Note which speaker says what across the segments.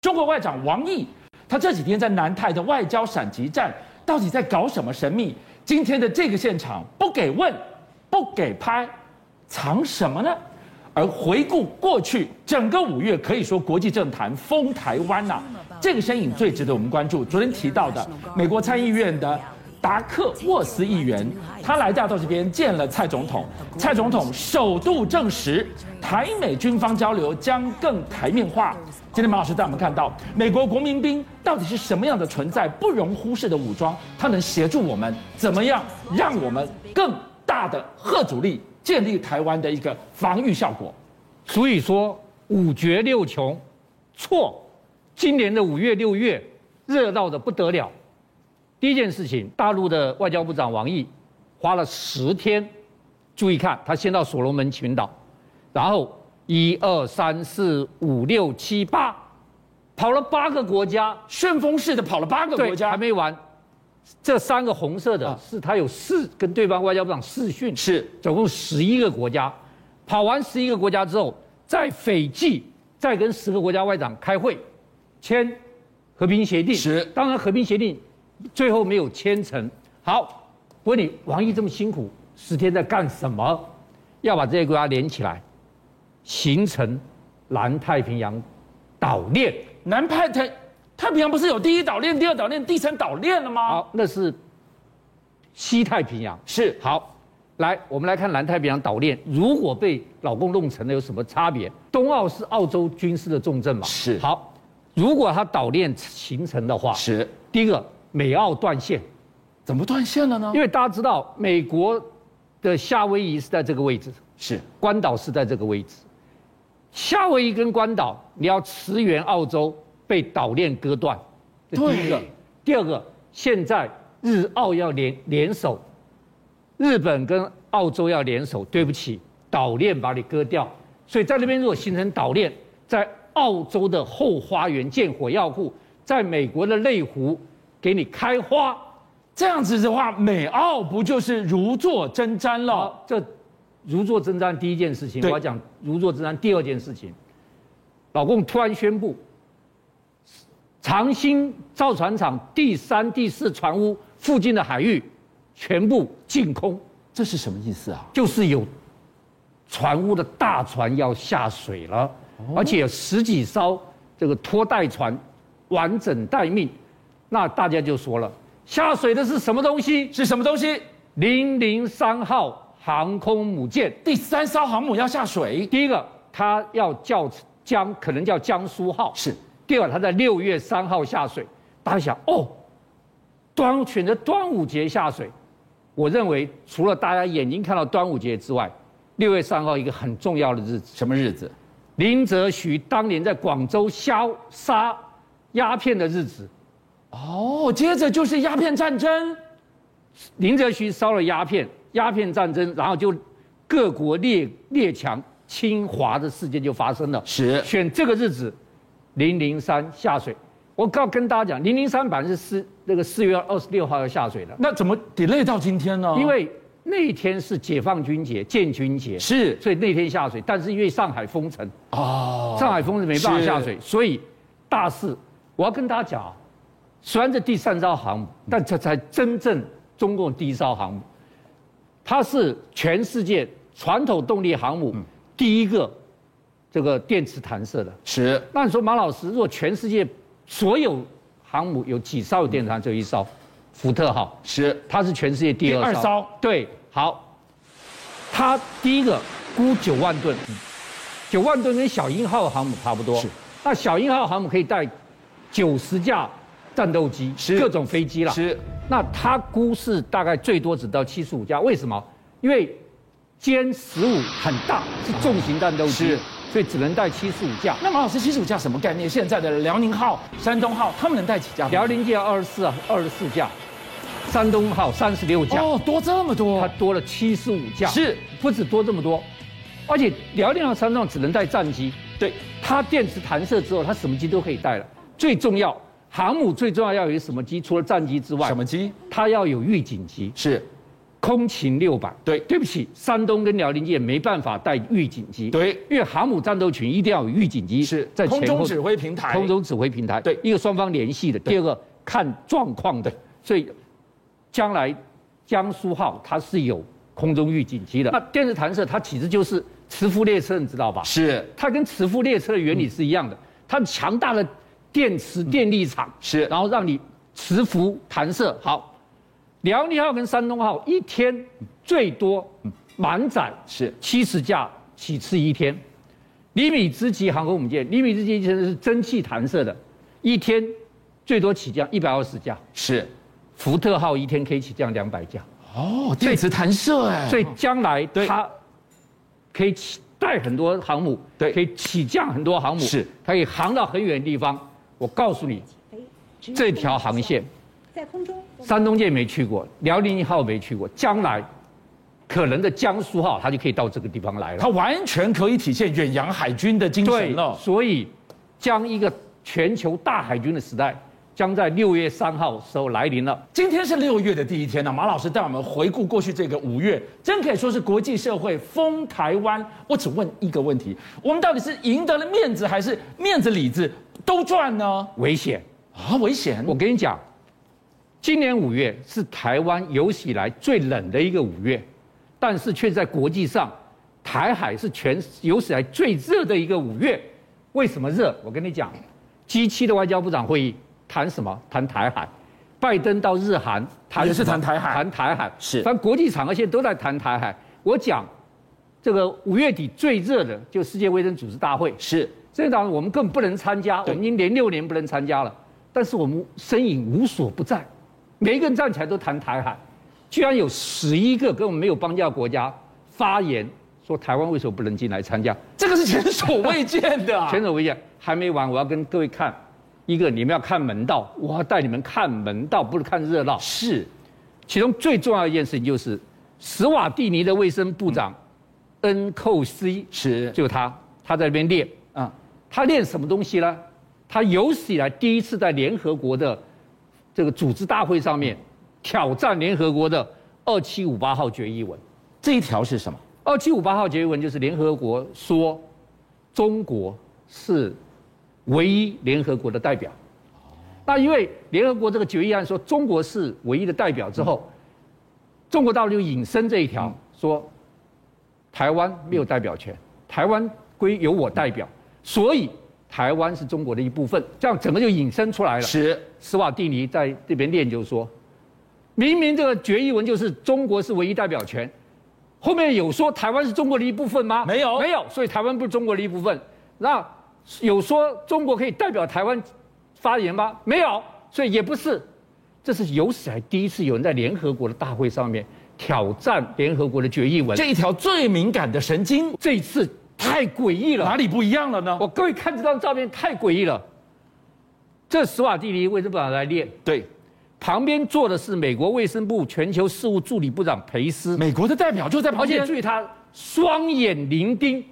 Speaker 1: 中国外长王毅，他这几天在南泰的外交闪击战，到底在搞什么神秘？今天的这个现场不给问，不给拍，藏什么呢？而回顾过去整个五月，可以说国际政坛封台湾呐、这个身影最值得我们关注。昨天提到的美国参议院的达克沃斯议员，他来到这边见了蔡总统，蔡总统首度证实台美军方交流将更台面化。今天马老师带我们看到，美国国民兵到底是什么样的存在，不容忽视的武装，它能协助我们怎么样，让我们更大的贺阻力，建立台湾的一个防御效果。
Speaker 2: 所以说五绝六穷，错。今年的五月六月热闹的不得了。第一件事情，大陆的外交部长王毅花了十天，注意看，他先到所罗门群岛，然后一二三四五六七八，跑了八个国家，
Speaker 1: 旋风式的跑了八个
Speaker 2: 对
Speaker 1: 国家，
Speaker 2: 还没完。这三个红色的
Speaker 1: 啊
Speaker 2: 是他有四跟对方外交部长视讯，
Speaker 1: 是
Speaker 2: 总共十一个国家，跑完十一个国家之后，在斐济再跟十个国家外长开会，签和平协定。
Speaker 1: 是
Speaker 2: 当然和平协定最后没有签成。好，问你王毅这么辛苦，十天在干什么？要把这些国家连起来，形成南太平洋岛链。
Speaker 1: 南派太太平洋不是有第一岛链、第二岛链、第三岛链了吗？
Speaker 2: 好，那是西太平洋。
Speaker 1: 是
Speaker 2: 好，来，我们来看南太平洋岛链，如果被老共弄成了，有什么差别？东澳是澳洲军事的重镇嘛？
Speaker 1: 是
Speaker 2: 好，如果它岛链形成的话，
Speaker 1: 是，
Speaker 2: 第一个美澳断线，
Speaker 1: 怎么断线了呢？
Speaker 2: 因为大家知道美国的夏威夷是在这个位置，
Speaker 1: 是
Speaker 2: 关岛是在这个位置。夏威夷跟关岛，你要驰援澳洲，被岛链割断，这第一个
Speaker 1: 对。
Speaker 2: 第二个，现在日澳要联联手，日本跟澳洲要联手。对不起，岛链把你割掉，所以在那边如果形成岛链，在澳洲的后花园建火药库，在美国的内湖给你开花，
Speaker 1: 这样子的话，美澳不就是如坐针毡了？
Speaker 2: 好，这如坐针毡第一件事情，
Speaker 1: 对
Speaker 2: 我要讲如坐针毡第二件事情。老共突然宣布，长兴造船厂第三、第四船坞附近的海域全部净空，
Speaker 1: 这是什么意思啊？
Speaker 2: 就是有船坞的大船要下水了，而且有十几艘这个拖带船完整待命。那大家就说了，下水的是什么东西？
Speaker 1: 是什么东西？
Speaker 2: 零零三号航空母舰。
Speaker 1: 第三艘航母要下水？
Speaker 2: 第一个，它要叫江，可能叫江苏号；
Speaker 1: 是
Speaker 2: 第二，它在六月三号下水。大家想，哦，端选择端午节下水，我认为除了大家眼睛看到端午节之外，六月三号一个很重要的日子。
Speaker 1: 什么日子？
Speaker 2: 林则徐当年在广州销杀鸦片的日子，
Speaker 1: 哦，接着就是鸦片战争。
Speaker 2: 林则徐烧了鸦片，鸦片战争，然后就各国列列强侵华的事件就发生了。
Speaker 1: 是
Speaker 2: 选这个日子，零零三下水。我告跟大家讲，零零三本来是四那个四月二十六号要下水的，
Speaker 1: 那怎么 delay 到今天呢？
Speaker 2: 因为那一天是解放军节、建军节，
Speaker 1: 是
Speaker 2: 所以那天下水。但是因为上海封城，
Speaker 1: 哦，
Speaker 2: 上海封城没办法
Speaker 1: 是
Speaker 2: 下水，所以大事我要跟大家讲啊，虽然这第三艘航母，
Speaker 1: 嗯
Speaker 2: 但这才真正中共第一艘航母，它是全世界传统动力
Speaker 1: 嗯
Speaker 2: 航母第一个这个电磁弹射的。
Speaker 1: 是
Speaker 2: 那你说马老师，如果全世界所有航母有几艘有电弹，只有一艘，福特号，
Speaker 1: 是
Speaker 2: 它是全世界第二
Speaker 1: 第二艘
Speaker 2: 对，好，它第一个估九万吨，九万吨跟小鹰号航母差不多。
Speaker 1: 是。
Speaker 2: 那小鹰号航母可以带九十架战斗机，
Speaker 1: 是
Speaker 2: 各种飞机了。。
Speaker 1: 是
Speaker 2: 那它估是大概最多只到七十五架，为什么？因为歼十五很大，是重型战斗机
Speaker 1: 是，
Speaker 2: 所以只能带七十五架。
Speaker 1: 那马老师，七十五架什么概念？现在的辽宁号、山东号，他们能带几架？
Speaker 2: 辽宁舰二十四啊二十四架，山东号三十六架，
Speaker 1: 哦，多这么
Speaker 2: 它
Speaker 1: 多，
Speaker 2: 多了七十五架，
Speaker 1: 是
Speaker 2: 不止多这么多，而且辽宁号、山东号只能带战机，
Speaker 1: 对，
Speaker 2: 它电磁弹射之后，它什么机都可以带了。最重要，航母最重要要有什么机？除了战机之外，
Speaker 1: 什么机？
Speaker 2: 它要有预警机。
Speaker 1: 是
Speaker 2: 空勤六百。
Speaker 1: 对
Speaker 2: 对不起，山东跟辽宁也没办法带预警机。
Speaker 1: 对
Speaker 2: 因为航母战斗群一定要有预警机，
Speaker 1: 是
Speaker 2: 在
Speaker 1: 空
Speaker 2: 前
Speaker 1: 中
Speaker 2: 后
Speaker 1: 指挥平台，
Speaker 2: 空中指挥平台。
Speaker 1: 对
Speaker 2: 一个双方联系的，
Speaker 1: 对
Speaker 2: 第二个看状况的。所以，将来江苏号它是有空中预警机的。那电视弹射它其实就是磁浮列车，你知道吧？
Speaker 1: 是
Speaker 2: 它跟磁浮列车的原
Speaker 1: 嗯
Speaker 2: 理是一样的，它强大的电磁电力场，
Speaker 1: 是
Speaker 2: 然后让你磁浮弹射。好，辽宁号跟山东号一天最多满载
Speaker 1: 嗯是
Speaker 2: 七十架起次一天。尼米兹级航空母舰，尼米兹级以前是蒸汽弹射的，一天最多起降一百二十架。
Speaker 1: 是
Speaker 2: 福特号一天可以起降两百架，
Speaker 1: 哦，电磁弹射哎，
Speaker 2: 所以将来
Speaker 1: 对
Speaker 2: 它可以起带很多航母，
Speaker 1: 对
Speaker 2: 可以起降很多航母，
Speaker 1: 是
Speaker 2: 它可以航到很远的地方。我告诉你，这
Speaker 3: 这
Speaker 2: 条
Speaker 3: 条
Speaker 2: 航
Speaker 3: 航
Speaker 2: 线
Speaker 3: 线，在空中
Speaker 2: 山东舰没去过，辽宁号没去过，将来可能的江苏号它就可以到这个地方来了
Speaker 1: 它。完全可以体现远洋海军的精神
Speaker 2: 对
Speaker 1: 了，。
Speaker 2: 所以将一个全球大海军的时代将在六月三号时候来临了。
Speaker 1: 今天是六月的第一天呢、啊马老师带我们回顾过去这个五月，真可以说是国际社会封台湾。我只问一个问题：我们到底是赢得了面子，还是面子里子都赚呢？
Speaker 2: 危险！
Speaker 1: 啊，危险！
Speaker 2: 我跟你讲，今年五月是台湾有史以来最冷的一个五月，但是却在国际上，台海是全有史以来最热的一个五月。为什么热？我跟你讲，G 七的外交部长会议谈什么？谈台海。拜登到日韩谈
Speaker 1: 也是
Speaker 2: 什么
Speaker 1: 谈台海
Speaker 2: 谈台海
Speaker 1: 是
Speaker 2: 反正国际场合现在都在谈台海。我讲，这个五月底最热的就世界卫生组织大会，
Speaker 1: 是
Speaker 2: 这当然我们更不能参加，我
Speaker 1: 对
Speaker 2: 们已经连六年不能参加了。但是我们身影无所不在，每一个人站起来都谈台海，居然有十一个跟我们没有邦交的国家发言说台湾为什么不能进来参加？
Speaker 1: 这个是前所未见的、啊，
Speaker 2: 前所未见，还没完，我要跟各位看一个，你们要看门道，我要带你们看门道，不是看热闹。
Speaker 1: 是
Speaker 2: 其中最重要的一件事情就是，斯瓦蒂尼的卫生部长嗯恩寇斯
Speaker 1: 是
Speaker 2: 就他，他在那边列。
Speaker 1: 啊，
Speaker 2: 他练什么东西呢？他有史以来第一次在联合国的这个组织大会上面挑战联合国的二七五八号决议文。
Speaker 1: 这一条是什么？
Speaker 2: 二七五八号决议文就是联合国说中国是唯一联合国的代表。那因为联合国这个决议案说中国是唯一的代表之后，中国大陆就引申这一条说，台湾没有代表权，台湾归由我代表，所以台湾是中国的一部分，这样整个就引申出来了。
Speaker 1: 是
Speaker 2: 斯瓦蒂尼在这边练就说，明明这个决议文就是中国是唯一代表权，后面有说台湾是中国的一部分吗？
Speaker 1: 没有
Speaker 2: 没有，所以台湾不是中国的一部分。那有说中国可以代表台湾发言吗？没有，所以也不是。这是有史以来第一次有人在联合国的大会上面挑战联合国的决议文，这
Speaker 1: 这一条最敏感的神经
Speaker 2: 这一次太诡异了
Speaker 1: 哪。里不一样了呢？
Speaker 2: 我各位看这张照片太诡异了，这斯瓦蒂尼为什么要来练？
Speaker 1: 对，
Speaker 2: 旁边坐的是美国卫生部全球事务助理部长裴斯，
Speaker 1: 美国的代表就在旁
Speaker 2: 而且
Speaker 1: 边
Speaker 2: 注，意他双眼伶仃，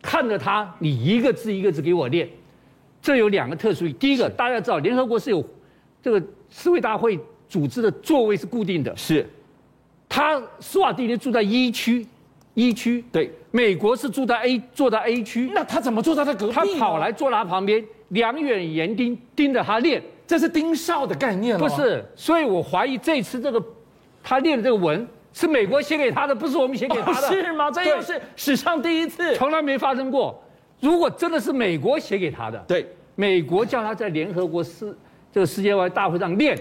Speaker 2: 看着他，你一个字一个字给我念。这有两个特殊意义，第一个大家知道，联合国是有这个世卫大会组织的座位是固定的，
Speaker 1: 是
Speaker 2: 他斯瓦蒂尼住在一区，一区，
Speaker 1: 对。
Speaker 2: 美国是住在 A 坐在 A 区，
Speaker 1: 那他怎么坐在他隔壁？
Speaker 2: 他跑，来坐他旁边，两眼严盯盯着他练。
Speaker 1: 这是盯梢的概念了
Speaker 2: 不
Speaker 1: 吗，
Speaker 2: 是，所以我怀疑这次这个他念的这个文是美国写给他的，不是我们写给他的，
Speaker 1: 哦是吗？这又
Speaker 2: 对
Speaker 1: 是史上第一次。
Speaker 2: 从来没发生过。如果真的是美国写给他的，
Speaker 1: 对，
Speaker 2: 美国叫他在联合国世这个世界外大会上念，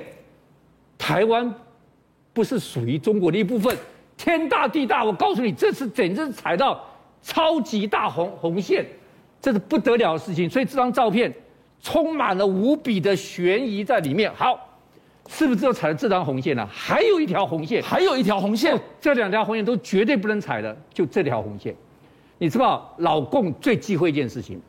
Speaker 2: 台湾不是属于中国的一部分，天大地大，我告诉你，这次简直踩到超级大红红线，这是不得了的事情。所以这张照片充满了无比的悬疑在里面。好，是不是只有踩了这张红线呢、啊还有一条红线，
Speaker 1: 还有一条红线，
Speaker 2: 这两条红线都绝对不能踩的，就这条红线。你知道老共最忌讳一件事情，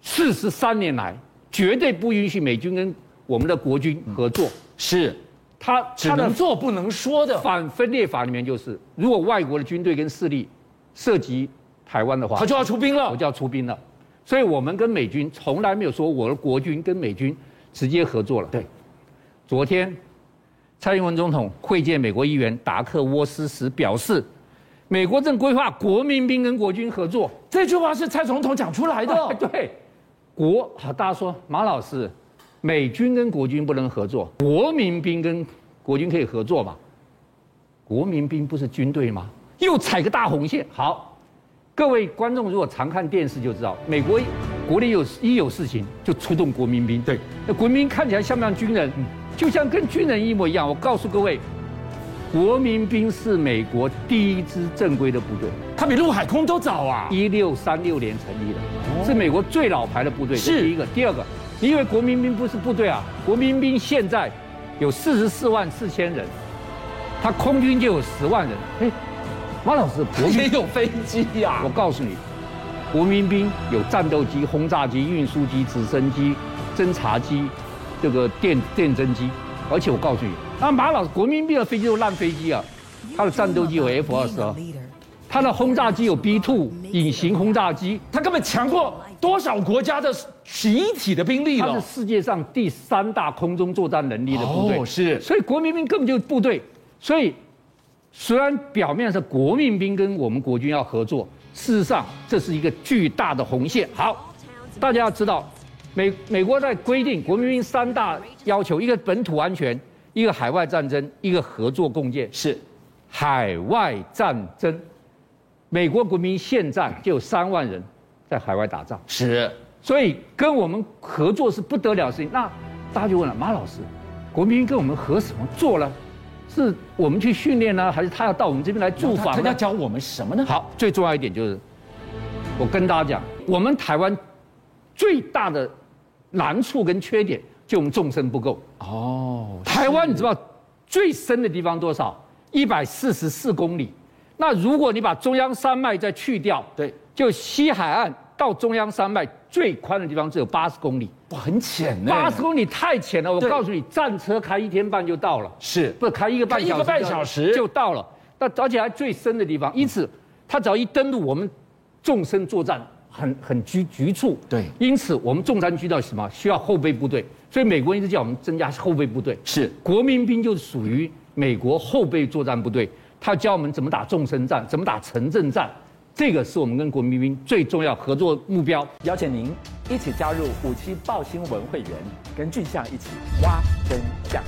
Speaker 2: 四十三年来绝对不允许美军跟我们的国军合作。
Speaker 1: 是
Speaker 2: 他
Speaker 1: 嗯只
Speaker 2: 他的
Speaker 1: 能做不能说哦的，
Speaker 2: 反分裂法里面就是，如果外国的军队跟势力涉及台湾的话
Speaker 1: 他，就要出兵
Speaker 2: 我
Speaker 1: 了。
Speaker 2: 就要出兵了。所以我们跟美军从来没有说我的国军跟美军直接合作了。
Speaker 1: 对，
Speaker 2: 昨天蔡英文总统会见美国议员达克沃斯时表示，美国正规划国民兵跟国军合作。
Speaker 1: 这句话是蔡总统讲出来 的、
Speaker 2: 啊 对，国好，大家说马老师，美军跟国军不能合作，国民兵跟国军可以合作嘛？国民兵不是军队吗？又踩个大红线。好，各位观众如果常看电视就知道，美国国内有一有事情就出动国民兵。
Speaker 1: 对，
Speaker 2: 那国民兵看起来像不像军人？就像跟军人一模一样。我告诉各位，国民兵是美国第一支正规的部队，
Speaker 1: 他比陆海空都早啊！
Speaker 2: 一六三六年成立的，是美国最老牌的部队。这
Speaker 1: 是
Speaker 2: 第一个，第二个，你以为国民兵不是部队啊？国民兵现在有四十四万四千人，他空军就有十万人。哎，马老师，国 民
Speaker 3: 也有飞机呀、
Speaker 2: 我
Speaker 1: 啊
Speaker 2: 告诉你，国民兵有战斗机、轰炸机、运输机、直升机、侦察机，这个电电侦机。而且我告诉你，那马老国民兵的飞机都烂飞机啊，他的战斗机有 F 二十二，他的轰炸机有 B two 隐形轰炸机，
Speaker 1: 他根本强过多少国家的集体的兵力
Speaker 2: 他是
Speaker 1: 了？
Speaker 2: 世界上第三大空中作战能力的部队。
Speaker 1: 哦是
Speaker 2: 所以国民兵根本就是部队。所以虽然表面上国民兵跟我们国军要合作，事实上这是一个巨大的红线。好，大家要知道，美美国在规定国民兵三大要求：一个本土安全，一个海外战争，一个合作共建。
Speaker 1: 是，
Speaker 2: 海外战争，美国国民现在就有三万人在海外打仗。
Speaker 1: 是，
Speaker 2: 所以跟我们合作是不得了的事情。那大家就问了，马老师，国民跟我们合什么作呢？是我们去训练呢，还是他要到我们这边来驻
Speaker 1: 他
Speaker 2: 防
Speaker 1: 他要
Speaker 2: 呢？
Speaker 1: 教我们什么呢？
Speaker 2: 好，最重要一点就是，我跟大家讲，我们台湾最大的难处跟缺点，就我们纵深不够。
Speaker 1: 哦，
Speaker 2: 台湾你知道最深的地方多少？一百四十四公里。那如果你把中央山脉再去掉，
Speaker 1: 对，
Speaker 2: 就西海岸到中央山脉最宽的地方只有八十公里。
Speaker 1: 哇，很浅呢，
Speaker 2: 八十公里太浅了，我
Speaker 1: 对
Speaker 2: 告诉你，战车开一天半就到了，
Speaker 1: 是
Speaker 2: 不开一个半
Speaker 1: 开一
Speaker 2: 小时就，
Speaker 1: 个半小时
Speaker 2: 就到了。那而且还最深的地方，因此他只要一登陆，我们纵深作战很很局局促。
Speaker 1: 对
Speaker 2: 因此我们纵山区到什么需要后备部队，所以美国一直叫我们增加后备部队。
Speaker 1: 是
Speaker 2: 国民兵就是属于美国后备作战部队，他教我们怎么打纵深战，怎么打城镇战，这个是我们跟国民兵最重要合作目标。
Speaker 3: 邀请您一起加入五七报新闻会员，跟俊相一起挖真相。